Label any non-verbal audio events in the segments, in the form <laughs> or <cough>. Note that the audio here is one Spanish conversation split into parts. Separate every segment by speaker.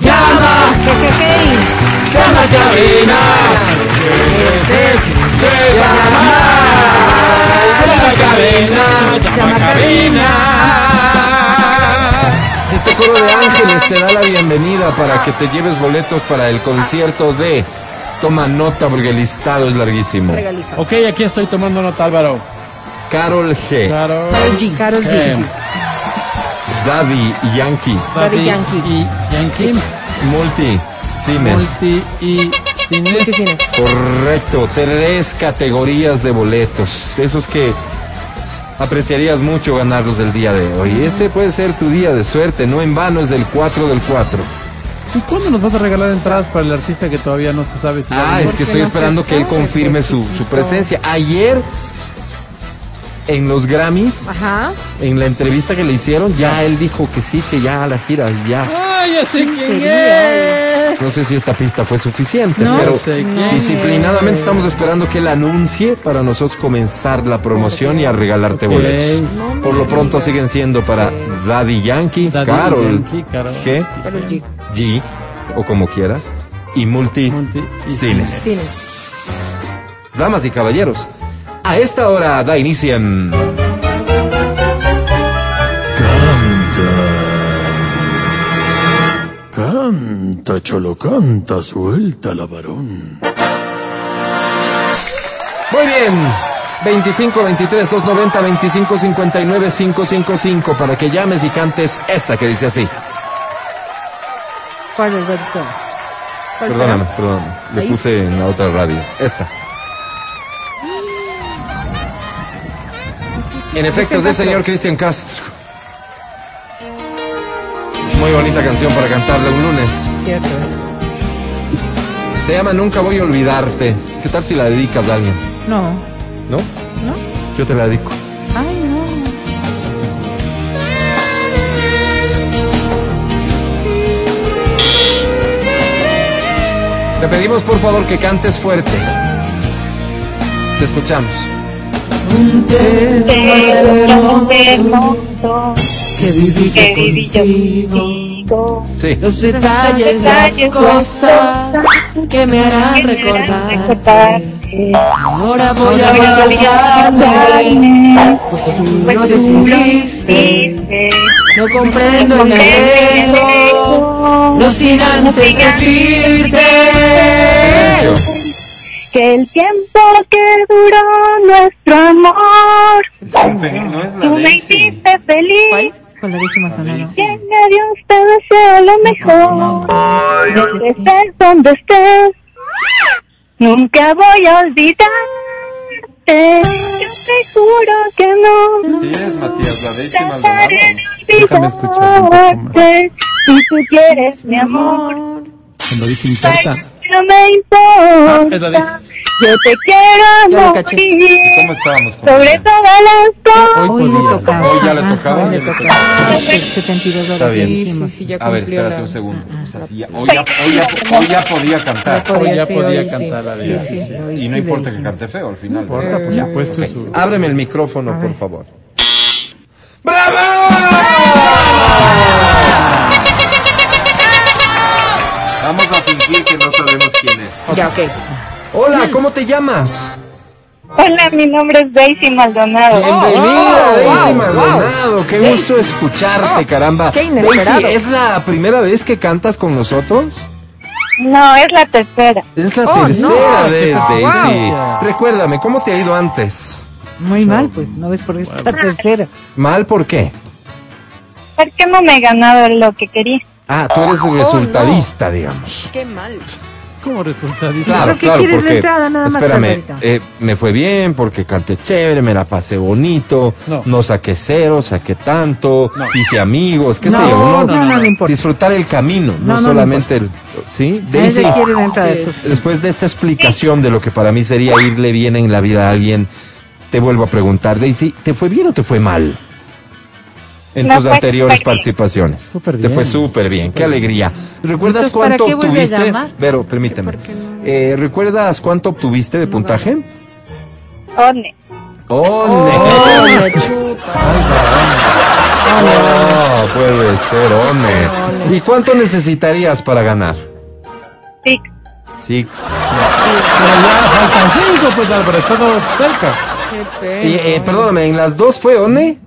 Speaker 1: Llama, llama cadenas. Se llama, llama cadenas, llama cadenas.
Speaker 2: Este coro de ángeles te da la bienvenida para que te lleves boletos para el concierto de. Toma nota porque el listado es larguísimo.
Speaker 1: Regaliza.
Speaker 3: Ok, aquí estoy tomando nota, Álvaro.
Speaker 2: Carol G,
Speaker 3: Claro.
Speaker 1: Karol G. Karol G.
Speaker 3: Ok.
Speaker 1: sí.
Speaker 2: Daddy Yankee,
Speaker 1: Daddy
Speaker 3: Daddy
Speaker 1: Yankee.
Speaker 3: Y Yankee.
Speaker 2: Multi, Cines.
Speaker 3: Multi y Cines.
Speaker 1: Sí, sí, sí.
Speaker 2: Correcto, tres categorías de boletos. Esos que apreciarías mucho ganarlos el día de hoy. Este puede ser tu día de suerte, no en vano es el 4 del 4.
Speaker 3: ¿Y cuándo nos vas a regalar entradas para el artista que todavía no se sabe si va a
Speaker 2: Ah,
Speaker 3: venir?
Speaker 2: es que estoy
Speaker 1: no se
Speaker 2: esperando que él
Speaker 1: sabe,
Speaker 2: confirme
Speaker 1: pues,
Speaker 2: su, su
Speaker 1: chiquito.
Speaker 2: presencia. Ayer, en los Grammys,
Speaker 1: Ajá.
Speaker 2: en la entrevista que le hicieron, ya él dijo que sí, que ya a la gira, ya.
Speaker 3: ¡Ay, ya sé quién
Speaker 1: sería?
Speaker 3: es!
Speaker 2: No sé si esta pista fue suficiente,
Speaker 3: No
Speaker 2: pero
Speaker 3: sé quién
Speaker 2: disciplinadamente estamos esperando que él anuncie para nosotros comenzar la promoción y a regalarte
Speaker 3: Ok.
Speaker 2: boletos.
Speaker 1: No me
Speaker 2: Por lo pronto
Speaker 1: digas.
Speaker 2: siguen siendo para Daddy Yankee,
Speaker 3: Daddy
Speaker 2: Carol,
Speaker 3: Yankee, Karol
Speaker 2: G,
Speaker 1: Karol G.
Speaker 2: G, o como quieras, y Multi.
Speaker 3: Multi y
Speaker 2: Cines.
Speaker 3: Cines.
Speaker 1: Cines.
Speaker 2: Damas y caballeros, a esta hora da inicio en...
Speaker 4: Canta, cholo, canta, suelta la varón.
Speaker 2: Muy bien. 25 23 290 25 59 555 para que llames y cantes esta que dice así.
Speaker 1: ¿Cuál es, Berto? ¿Cuál será?
Speaker 2: Perdóname, perdóname. Le
Speaker 1: Ahí.
Speaker 2: puse en la otra radio. Esta. En efecto, es del
Speaker 1: Castro.
Speaker 2: señor Cristian Castro. Muy bonita canción para cantarla un lunes.
Speaker 1: Cierto.
Speaker 2: Se llama Nunca voy a olvidarte. ¿Qué tal si la dedicas a alguien?
Speaker 1: No.
Speaker 2: ¿No?
Speaker 1: No.
Speaker 2: Yo te la dedico.
Speaker 1: Ay, no.
Speaker 2: Te pedimos por favor que cantes fuerte. Te escuchamos.
Speaker 5: que viví contigo.
Speaker 2: Sí.
Speaker 5: Los detalles, las cosas que me harán recordar. Ahora voy a marcharme, pues tú no decidiste. No comprendo y me alejo, no sin antes decirte.
Speaker 2: Silencio.
Speaker 6: Que el tiempo que duró nuestro amor, tú me hiciste feliz.
Speaker 5: Con la décima sonada.
Speaker 6: Llena de Dios te deseo lo mejor.
Speaker 5: que sí.
Speaker 6: Estés donde estés, nunca voy a olvidarte. Yo te juro que no.
Speaker 2: Sí es Matías, la décima Maldonado.
Speaker 6: Trataré de
Speaker 3: Déjame escuchar un poco más.
Speaker 6: olvidarte. Si tú quieres mi amor,
Speaker 3: Cuando dice importa.
Speaker 6: no me
Speaker 3: Ah, es la
Speaker 6: importa.
Speaker 3: décima.
Speaker 6: Yo te quiero
Speaker 5: Ya lo caché.
Speaker 6: morir.
Speaker 2: ¿Cómo estábamos con
Speaker 6: Sobre
Speaker 2: ella?
Speaker 6: todas las cosas.
Speaker 3: Hoy,
Speaker 5: Hoy le
Speaker 3: podía.
Speaker 5: tocaba.
Speaker 2: Hoy ya le
Speaker 5: Ajá,
Speaker 2: tocaba.
Speaker 5: Hoy le tocaba. 72 horas.
Speaker 2: Está bien.
Speaker 5: Sí, sí, sí, ya
Speaker 2: A ver,
Speaker 5: cumplió
Speaker 2: espérate
Speaker 5: la-
Speaker 2: un segundo. O sea, sí, hoy, ya, hoy ya- hoy ya podía cantar.
Speaker 3: Hoy ya
Speaker 5: sí,
Speaker 3: podía
Speaker 5: hoy sí.
Speaker 3: cantar la
Speaker 5: Sí,
Speaker 3: vida.
Speaker 5: sí, hoy
Speaker 2: Y
Speaker 5: sí
Speaker 2: no
Speaker 5: le
Speaker 2: importa que
Speaker 5: hicimos.
Speaker 2: cante feo al final. Eh,
Speaker 3: Importa, por supuesto, es su-
Speaker 2: Ábreme el micrófono, por favor. ¡Bravo! Vamos a fingir que no sabemos quién es.
Speaker 1: Ya, ok.
Speaker 2: Hola, ¿cómo te llamas?
Speaker 6: Hola, mi nombre es Daisy Maldonado.
Speaker 2: Bienvenida,
Speaker 1: Oh,
Speaker 2: Daisy
Speaker 1: wow,
Speaker 2: Maldonado. Qué gusto escucharte,
Speaker 1: Oh,
Speaker 2: caramba.
Speaker 1: qué inesperado.
Speaker 2: Daisy, ¿es la primera vez que cantas con nosotros?
Speaker 6: No, es la tercera.
Speaker 2: Es la
Speaker 1: Oh, no,
Speaker 2: tercera
Speaker 1: qué
Speaker 2: vez,
Speaker 1: pasada.
Speaker 2: Daisy. Recuérdame, ¿cómo te ha ido antes?
Speaker 5: Muy mal, pues, ¿no ves por qué es la tercera?
Speaker 2: ¿Mal por qué?
Speaker 6: ¿Por qué no me he ganado lo que quería?
Speaker 2: Ah, tú
Speaker 5: Oh,
Speaker 2: eres resultadista, digamos.
Speaker 1: Qué mal.
Speaker 3: ¿Cómo resulta? Dice,
Speaker 2: Claro,
Speaker 5: ¿Pero qué
Speaker 2: claro,
Speaker 5: quieres de
Speaker 2: porque,
Speaker 5: entrada? Nada más
Speaker 2: espérame,
Speaker 5: cantar ahorita.
Speaker 2: eh, me fue bien porque canté chévere, me la pasé bonito, no,
Speaker 3: No.
Speaker 2: saqué cero, saqué tanto,
Speaker 3: No.
Speaker 2: hice amigos, qué
Speaker 5: no,
Speaker 2: sé yo,
Speaker 5: no,
Speaker 2: uno
Speaker 5: no, no, no importa.
Speaker 2: disfrutar el camino, no,
Speaker 5: No, no, no
Speaker 2: solamente el, "Ah, sí,
Speaker 5: A él
Speaker 2: Daisy.
Speaker 5: le quiere la entrada.
Speaker 1: Sí.
Speaker 5: eso.
Speaker 2: Después de esta explicación de lo que para mí sería irle bien en la vida a alguien, te vuelvo a preguntar, Daisy, ¿te fue bien o te fue mal? En
Speaker 6: Me
Speaker 2: tus
Speaker 6: fue
Speaker 2: anteriores
Speaker 6: súper bien.
Speaker 2: participaciones.
Speaker 3: Súper
Speaker 2: Te
Speaker 3: bien.
Speaker 2: fue súper bien, qué alegría. ¿Recuerdas
Speaker 5: Entonces, ¿para
Speaker 2: cuánto
Speaker 5: qué vuelve a
Speaker 2: obtuviste?
Speaker 5: llamar?
Speaker 2: Pero permíteme.
Speaker 5: ¿Por qué no?
Speaker 2: Eh, ¿Recuerdas cuánto obtuviste de puntaje?
Speaker 6: One.
Speaker 2: ¡One!
Speaker 5: Oh, me chuta.
Speaker 2: Ah, puede ser, one. ¿Y cuánto necesitarías para ganar?
Speaker 6: Six.
Speaker 2: Six.
Speaker 3: Pero ya faltan cinco, pues Álvaro, estamos cerca.
Speaker 5: Qué
Speaker 2: Y,
Speaker 5: pena.
Speaker 2: eh, perdóname, ¿en las dos fue one?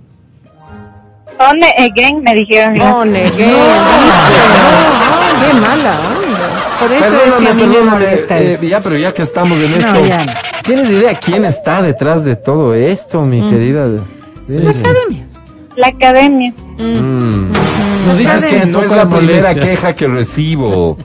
Speaker 6: One again, me dijeron.
Speaker 5: No, negué, ¿viste? No, qué mala onda.
Speaker 1: Por eso es que a mí me molesta
Speaker 2: eh,
Speaker 1: esto.
Speaker 2: ya, pero ya que estamos en esto,
Speaker 1: No, ya Mm. no.
Speaker 2: ¿tienes idea quién está detrás de todo esto, mi querida?
Speaker 1: Pues
Speaker 2: Sí.
Speaker 6: La academia.
Speaker 3: No
Speaker 2: Mm. Dices que no es la primera
Speaker 3: que
Speaker 2: queja que recibo.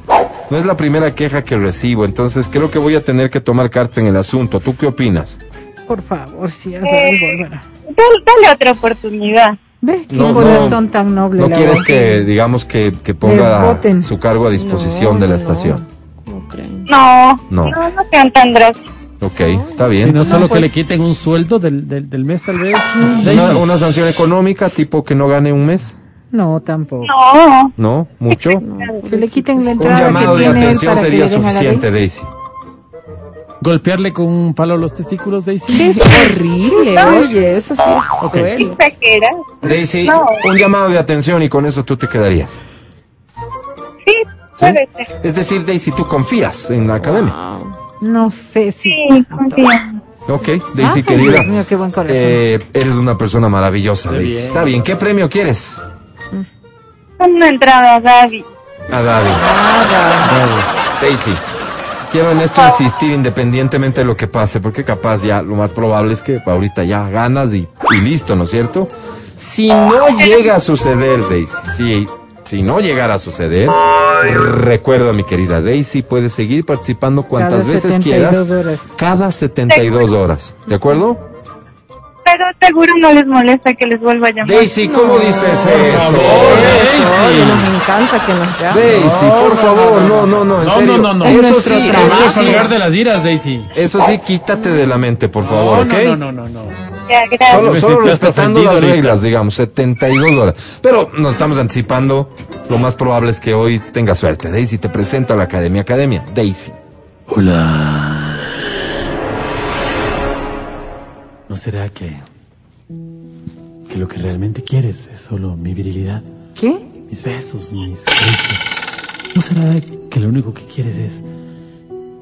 Speaker 2: No es la primera queja que recibo, entonces creo que voy a tener que tomar cartas en el asunto. ¿Tú qué opinas?
Speaker 1: Por favor, si haz
Speaker 6: Eh,
Speaker 1: algo, Álvaro.
Speaker 6: Dale, dale otra oportunidad.
Speaker 1: Ve, qué
Speaker 2: No, no,
Speaker 1: corazón tan noble.
Speaker 2: ¿No
Speaker 1: la
Speaker 2: quieres
Speaker 1: voz.
Speaker 2: que, digamos, que, que
Speaker 1: Me
Speaker 2: ponga
Speaker 1: voten.
Speaker 2: su cargo a disposición de la
Speaker 5: No,
Speaker 2: estación?
Speaker 5: no, ¿Cómo creen?
Speaker 6: No,
Speaker 2: No.
Speaker 6: no, no, sean tan drásticos.
Speaker 2: Ok, está bien.
Speaker 3: Sino solo que
Speaker 5: pues.
Speaker 3: le quiten un sueldo del, del, del mes, tal vez. De ahí
Speaker 2: Una,
Speaker 3: sí.
Speaker 2: una sanción económica, tipo que no gane un mes,
Speaker 1: No, tampoco.
Speaker 6: No,
Speaker 2: ¿no? Mucho.
Speaker 1: Que le quiten la
Speaker 2: Un
Speaker 1: entrada
Speaker 2: llamado
Speaker 1: que
Speaker 2: de
Speaker 1: tiene él
Speaker 2: atención
Speaker 1: para que
Speaker 2: sería
Speaker 1: le den a la
Speaker 2: suficiente,
Speaker 1: vez.
Speaker 2: Daisy.
Speaker 3: Golpearle con un palo los testículos, Daisy.
Speaker 1: ¿Qué?
Speaker 5: Qué horrible, oye, eso sí es cruel.
Speaker 6: exageras.
Speaker 2: Daisy,
Speaker 6: No.
Speaker 2: un llamado de atención y con eso tú te quedarías.
Speaker 6: Sí,
Speaker 2: ¿sí?
Speaker 6: puede ser.
Speaker 2: Es decir, Daisy, tú confías en la academia.
Speaker 5: Wow.
Speaker 1: No sé si.
Speaker 6: Sí, confía.
Speaker 2: Ok, Daisy,
Speaker 1: Ay,
Speaker 2: querida.
Speaker 1: Ah, Dios mío, qué buen corazón.
Speaker 2: eh, eres una persona maravillosa, Daisy.
Speaker 3: bien.
Speaker 2: Está bien. ¿Qué premio quieres?
Speaker 6: Una entrada a David.
Speaker 2: A David. Daisy, quiero en
Speaker 5: Oh.
Speaker 2: esto insistir independientemente de lo que pase, porque capaz ya lo más probable es que ahorita ya ganas y, y listo, ¿no es cierto? Si no llega a suceder, Daisy, si, si no llegara a suceder, recuerda, mi querida Daisy, puedes seguir participando cuantas
Speaker 1: Cada
Speaker 2: veces
Speaker 1: 72
Speaker 2: quieras,
Speaker 1: horas.
Speaker 2: cada 72 horas, ¿de acuerdo?
Speaker 6: Pero seguro no les molesta que les vuelva a llamar.
Speaker 2: Daisy, ¿cómo dices eso?
Speaker 3: Daisy.
Speaker 5: Oye, no, me encanta que nos llamen.
Speaker 2: Daisy, por favor, no, no, no, en
Speaker 3: No, no,
Speaker 2: serio.
Speaker 3: no, no.
Speaker 5: Es
Speaker 2: Eso
Speaker 5: nuestro
Speaker 2: sí,
Speaker 5: trabajo.
Speaker 2: eso
Speaker 3: Vamos a
Speaker 2: Ah, sí,
Speaker 3: colgar de las iras, Daisy.
Speaker 2: Eso sí, quítate de la mente, por favor, ¿ok?
Speaker 3: no, no, no, no, no.
Speaker 6: Ya, gracias.
Speaker 2: Solo,
Speaker 3: Me
Speaker 2: solo
Speaker 3: sentí hasta
Speaker 2: respetando las
Speaker 3: ofendido ahorita.
Speaker 2: reglas, digamos, 72 horas. Pero nos estamos anticipando. Lo más probable es que hoy tengas suerte. Daisy, te presento a la Academia Academia. Daisy.
Speaker 4: Hola. ¿No será que... que lo que realmente quieres es solo mi virilidad?
Speaker 1: ¿Qué?
Speaker 4: mis besos, mis caricias. ¿No será que lo único que quieres es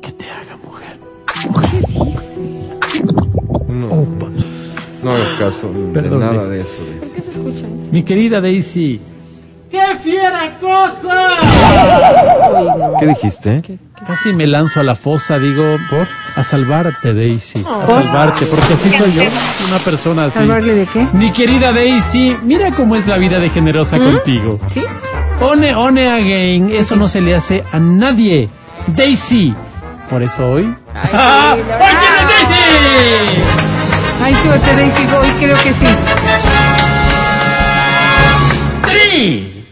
Speaker 4: que te haga mujer? Opa.
Speaker 2: No hagas caso de
Speaker 4: Perdón,
Speaker 2: nada
Speaker 4: Daisy.
Speaker 2: de eso. Daisy.
Speaker 4: Mi querida Daisy.
Speaker 2: ¿Qué dijiste?
Speaker 4: Casi me lanzo a la fosa, digo, por a salvarte, Daisy, a salvarte, porque así soy yo, una persona así.
Speaker 1: ¿Salvarle de qué?
Speaker 4: Mi querida Daisy, mira cómo es la vida de generosa contigo.
Speaker 5: ¿Mm? ¿Sí?
Speaker 4: One, one again, eso no se le hace a nadie. Daisy, por eso hoy. <laughs> ¡Ah! ¡Hoy tienes Daisy!
Speaker 1: Ay, suerte, Daisy, hoy creo que sí.
Speaker 4: ¡Tri!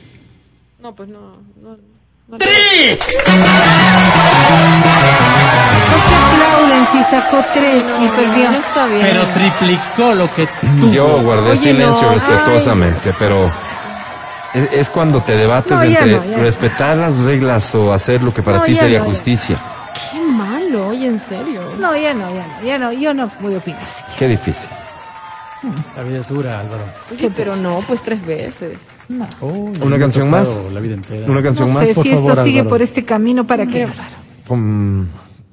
Speaker 5: No, pues no. no.
Speaker 4: ¡Tri!
Speaker 1: No te aplauden si sacó tres y perdió.
Speaker 5: No está bien.
Speaker 4: Pero triplicó lo que tuvo.
Speaker 2: Yo guardé
Speaker 5: Oye,
Speaker 2: silencio
Speaker 5: no,
Speaker 2: respetuosamente, pero es, es cuando te debates
Speaker 1: No, ya
Speaker 2: entre
Speaker 1: no, ya no.
Speaker 2: respetar las reglas o hacer lo que para
Speaker 1: No,
Speaker 2: ti
Speaker 1: ya
Speaker 2: sería
Speaker 1: no, ya.
Speaker 2: justicia.
Speaker 5: Qué malo, oye, en serio.
Speaker 1: No, ya no, ya no, ya no, yo no pude opinar. si quieres.
Speaker 2: Qué difícil.
Speaker 4: La vida es dura, Álvaro.
Speaker 5: Oye, pero no, pues tres veces.
Speaker 4: Oh, me
Speaker 2: ¿Una
Speaker 4: he
Speaker 2: canción más?
Speaker 4: tocado La vida entera.
Speaker 2: Una canción
Speaker 1: No
Speaker 2: más.
Speaker 1: sé
Speaker 4: por
Speaker 1: si esto
Speaker 4: favor,
Speaker 1: sigue
Speaker 4: Álvaro.
Speaker 1: por este camino para que. Álvaro?
Speaker 2: Pon-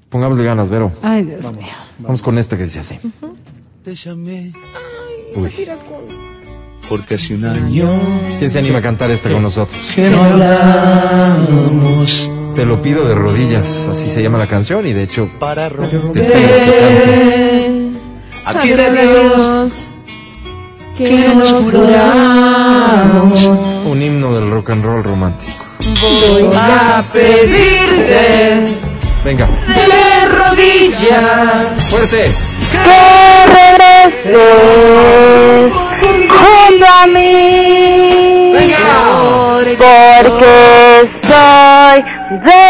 Speaker 2: Pongámosle ganas, Vero.
Speaker 1: Ay, Dios mío.
Speaker 2: Vamos con esta que dice así.
Speaker 7: Te llamé
Speaker 2: Uy.
Speaker 7: por casi un año
Speaker 2: ¿Quién se anima a cantar esta con nosotros?
Speaker 7: que no hablábamos
Speaker 2: Te lo pido de rodillas, así se llama la canción y de hecho
Speaker 7: para romper.
Speaker 2: te pido que cantes.
Speaker 7: Atiende a Dios
Speaker 5: Que nos juramos.
Speaker 2: Un himno del rock and roll romántico.
Speaker 5: Voy a pedirte
Speaker 2: Venga,
Speaker 5: de rodillas.
Speaker 2: fuerte.
Speaker 6: que regreses junto a mí. Porque soy de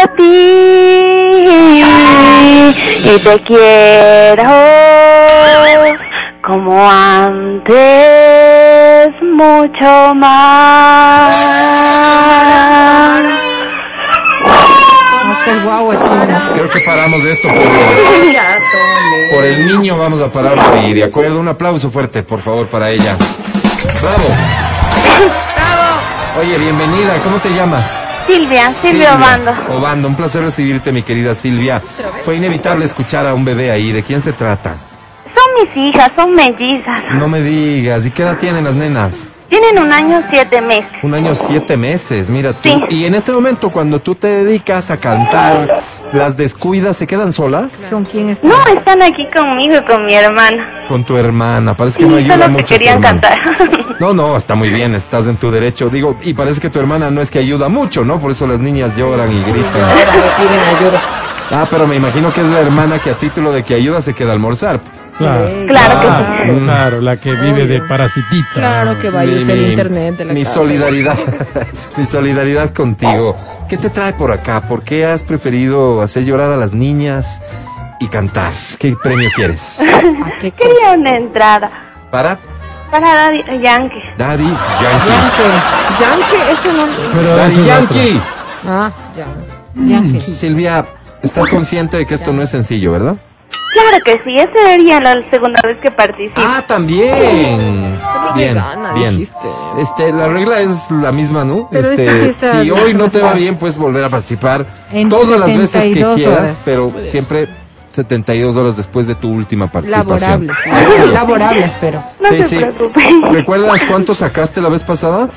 Speaker 6: ti y te quiero como antes mucho más.
Speaker 1: Hasta Ah, el guau, chisme.
Speaker 2: Creo que paramos esto. por-
Speaker 5: Ya, tome.
Speaker 2: Por el niño vamos a parar hoy, ¿de acuerdo? Un aplauso fuerte, por favor, para ella. ¡Bravo! Oye, bienvenida, ¿cómo te llamas?
Speaker 6: Silvia, Silvia Obando.
Speaker 2: Obando, un placer recibirte, mi querida Silvia. Fue inevitable escuchar a un bebé ahí, ¿de quién se trata?
Speaker 6: Son mis hijas, son mellizas.
Speaker 2: No me digas, ¿y qué edad tienen las nenas?
Speaker 6: Tienen un año, siete meses.
Speaker 2: Un año siete meses, mira tú.
Speaker 6: Sí.
Speaker 2: Y en este momento, cuando tú te dedicas a cantar, las descuidas, ¿se quedan solas?
Speaker 5: ¿Con quién está?
Speaker 6: No, están aquí conmigo y con mi hermana.
Speaker 2: Con tu hermana, parece que
Speaker 6: Y
Speaker 2: no
Speaker 6: son
Speaker 2: ayuda
Speaker 6: los que
Speaker 2: mucho. tu
Speaker 6: querían
Speaker 2: hermana.
Speaker 6: cantar.
Speaker 2: <laughs>
Speaker 6: <laughs>
Speaker 2: No, no, está muy bien, estás en tu derecho. Digo, y parece que tu hermana no es que ayuda mucho, ¿no? Por eso las niñas lloran y gritan.
Speaker 5: Ahora le tiren a llorar.
Speaker 2: Ah, pero me imagino que es la hermana que a título de que ayuda se queda a almorzar.
Speaker 3: Claro.
Speaker 6: Claro que sí.
Speaker 3: Ah, claro, la que vive de parasitita.
Speaker 5: Claro que va a
Speaker 2: Mi-
Speaker 5: irse el
Speaker 2: mi-
Speaker 5: internet de la
Speaker 2: Mi
Speaker 5: casa. <laughs>
Speaker 2: solidaridad, mi solidaridad contigo. ¿Qué te trae por acá? ¿Por qué has preferido hacer llorar a las niñas y cantar? ¿Qué premio quieres?
Speaker 5: Ah, qué cosa.
Speaker 6: Quería una entrada
Speaker 2: Para
Speaker 6: para Daddy Yankee.
Speaker 2: Daddy Yankee.
Speaker 5: Yankee. Yankee, ese no.
Speaker 3: Pero esa
Speaker 2: Daddy
Speaker 3: es
Speaker 2: Yankee. Mm,
Speaker 5: Ah, ya. Yankee.
Speaker 2: Silvia, estás consciente de que esto no es sencillo, ¿verdad?
Speaker 6: Claro que sí, esa sería la segunda vez que participo.
Speaker 2: Ah, también. Bien,
Speaker 5: gana,
Speaker 2: bien.
Speaker 5: dijiste.
Speaker 2: Este, la regla es la misma, ¿no?
Speaker 1: Pero
Speaker 2: este,
Speaker 1: esta sí está-
Speaker 2: si hoy no te va bien, puedes volver a participar
Speaker 1: En
Speaker 2: todas las veces que
Speaker 1: 72
Speaker 2: quieras,
Speaker 1: horas.
Speaker 2: pero siempre 72 horas después de tu última participación.
Speaker 5: Laborables. Laborables, pero.
Speaker 6: no
Speaker 2: sí,
Speaker 6: se
Speaker 2: sí.
Speaker 6: preocupe.
Speaker 2: ¿Recuerdas cuánto sacaste la vez pasada?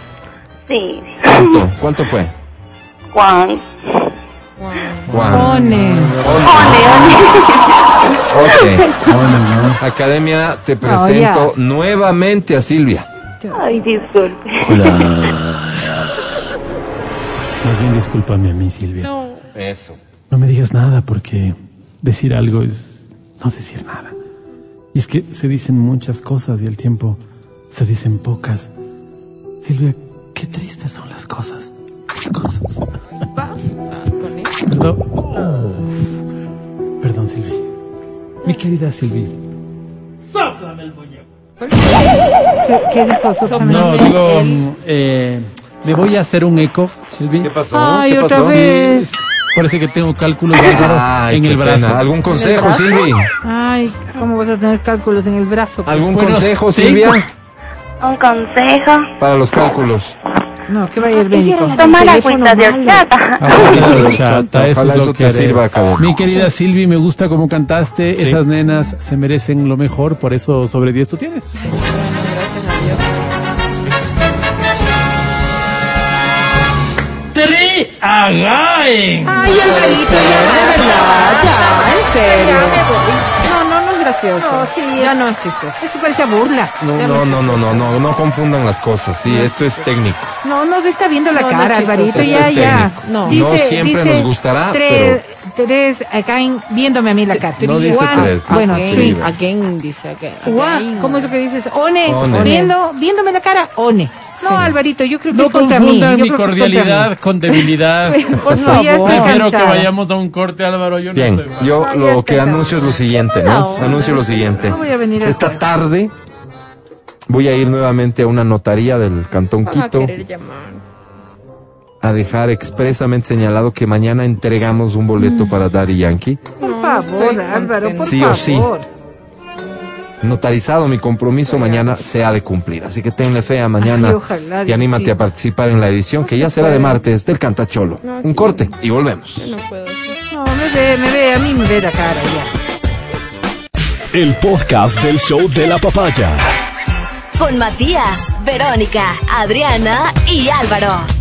Speaker 6: Sí.
Speaker 2: ¿Cuánto? ¿Cuánto fue?
Speaker 6: Juan.
Speaker 2: Juan.
Speaker 1: Pone.
Speaker 2: Ok. Academia, te presento
Speaker 1: Oh,
Speaker 2: nuevamente a Silvia.
Speaker 6: Ay, disculpe.
Speaker 4: Más bien discúlpame a mí, Silvia. No.
Speaker 2: Eso.
Speaker 4: me digas nada porque decir algo es no decir nada. Y es que se dicen muchas cosas y al tiempo se dicen pocas. Silvia, qué tristes son las cosas. Las cosas. Perdón. Uf. Perdón, Silvia. Mi querida Silvia.
Speaker 1: ¿Qué, qué dijo Soprano?
Speaker 4: No, digo, mm, eh, le voy a hacer un eco, Silvia.
Speaker 2: ¿Qué pasó?
Speaker 1: Ay,
Speaker 2: ¿Qué
Speaker 1: otra
Speaker 2: pasó?
Speaker 1: vez.
Speaker 4: Parece que tengo cálculos de Álvaro
Speaker 2: Ay,
Speaker 4: en
Speaker 2: qué
Speaker 4: el
Speaker 2: pena.
Speaker 4: brazo.
Speaker 2: ¿Algún consejo,
Speaker 1: brazo?
Speaker 2: Silvi?
Speaker 1: Ay, ¿cómo vas a tener cálculos en el brazo?
Speaker 2: ¿Algún
Speaker 4: Bueno,
Speaker 2: consejo,
Speaker 4: sí.
Speaker 2: Silvia?
Speaker 6: Un consejo.
Speaker 2: Para los cálculos.
Speaker 1: No, que vaya el médico.
Speaker 6: Tomar la
Speaker 1: Teléfono
Speaker 6: cuenta de
Speaker 1: malo.
Speaker 6: horchata.
Speaker 4: Agüita de horchata, Ah, eso
Speaker 2: <laughs> Ojalá
Speaker 4: es lo
Speaker 2: eso
Speaker 4: que
Speaker 2: te
Speaker 4: haré.
Speaker 2: sirva, cabrón.
Speaker 4: Mi querida Silvi, me gusta cómo cantaste. Esas nenas se merecen lo mejor, por eso sobre 10 tú tienes. Tri again.
Speaker 5: Ay, el pelito, ya, de verdad, ya, en serio. No, no, no es gracioso.
Speaker 1: No, sí,
Speaker 5: ya no es chistoso.
Speaker 1: Eso parecía burla.
Speaker 2: No,
Speaker 5: Ya
Speaker 2: no,
Speaker 5: me
Speaker 2: no, no, no, no, no confundan las cosas. Sí, esto es técnico.
Speaker 1: No nos está viendo la
Speaker 5: No, no
Speaker 1: cara,
Speaker 5: es chistoso.
Speaker 1: Alvarito. Ya,
Speaker 2: Es
Speaker 1: ya.
Speaker 2: técnico. No. No siempre nos gustará,
Speaker 1: Tres, tres acá en- viéndome a mí la cara.
Speaker 2: No dice
Speaker 1: Guau,
Speaker 2: tres, dice
Speaker 1: Bueno,
Speaker 5: again,
Speaker 1: sí.
Speaker 2: Tribe.
Speaker 5: again, dice again.
Speaker 1: Guau,
Speaker 5: again.
Speaker 1: ¿Cómo es lo que dices? One,
Speaker 2: One.
Speaker 1: Viendo, viéndome la cara, one. No, Alvarito, yo creo que
Speaker 4: No
Speaker 1: es contra mí.
Speaker 4: confundan
Speaker 1: yo
Speaker 4: mi
Speaker 1: creo que es contra mí.
Speaker 4: cordialidad
Speaker 1: <laughs>
Speaker 4: con debilidad.
Speaker 1: Por favor, ya estoy
Speaker 4: Prefiero que
Speaker 1: cansada.
Speaker 4: vayamos a un corte, Álvaro. Yo no
Speaker 2: Bien,
Speaker 4: estoy mal.
Speaker 2: yo
Speaker 1: ya
Speaker 2: lo
Speaker 1: está
Speaker 2: que anuncio es lo siguiente, ¿no? Anuncio lo siguiente.
Speaker 1: No voy a venir a
Speaker 2: Esta
Speaker 1: jugar.
Speaker 2: tarde voy a ir nuevamente a una notaría del Cantón
Speaker 5: Van a
Speaker 2: Quito
Speaker 5: querer llamar.
Speaker 2: a dejar expresamente señalado que mañana entregamos un
Speaker 1: Mm.
Speaker 2: boleto para Daddy Yankee.
Speaker 1: Por
Speaker 5: estoy
Speaker 1: favor, Álvaro,
Speaker 5: contenta.
Speaker 1: por
Speaker 2: Sí o
Speaker 1: favor.
Speaker 2: sí. Notarizado mi compromiso mañana se ha de cumplir. Así que tenle fe a mañana
Speaker 1: Ay, ojalá,
Speaker 2: y anímate
Speaker 1: Diosito.
Speaker 2: a participar en la edición que
Speaker 5: se
Speaker 2: ya será de
Speaker 5: puede.
Speaker 2: martes del Cantacholo.
Speaker 5: No,
Speaker 2: Un
Speaker 5: sí.
Speaker 2: corte y volvemos.
Speaker 5: Yo no puedo.
Speaker 1: No, me ve, me ve, a mí me ve la cara ya.
Speaker 8: El podcast del show de la papaya.
Speaker 9: Con Matías, Verónica, Adriana y Álvaro.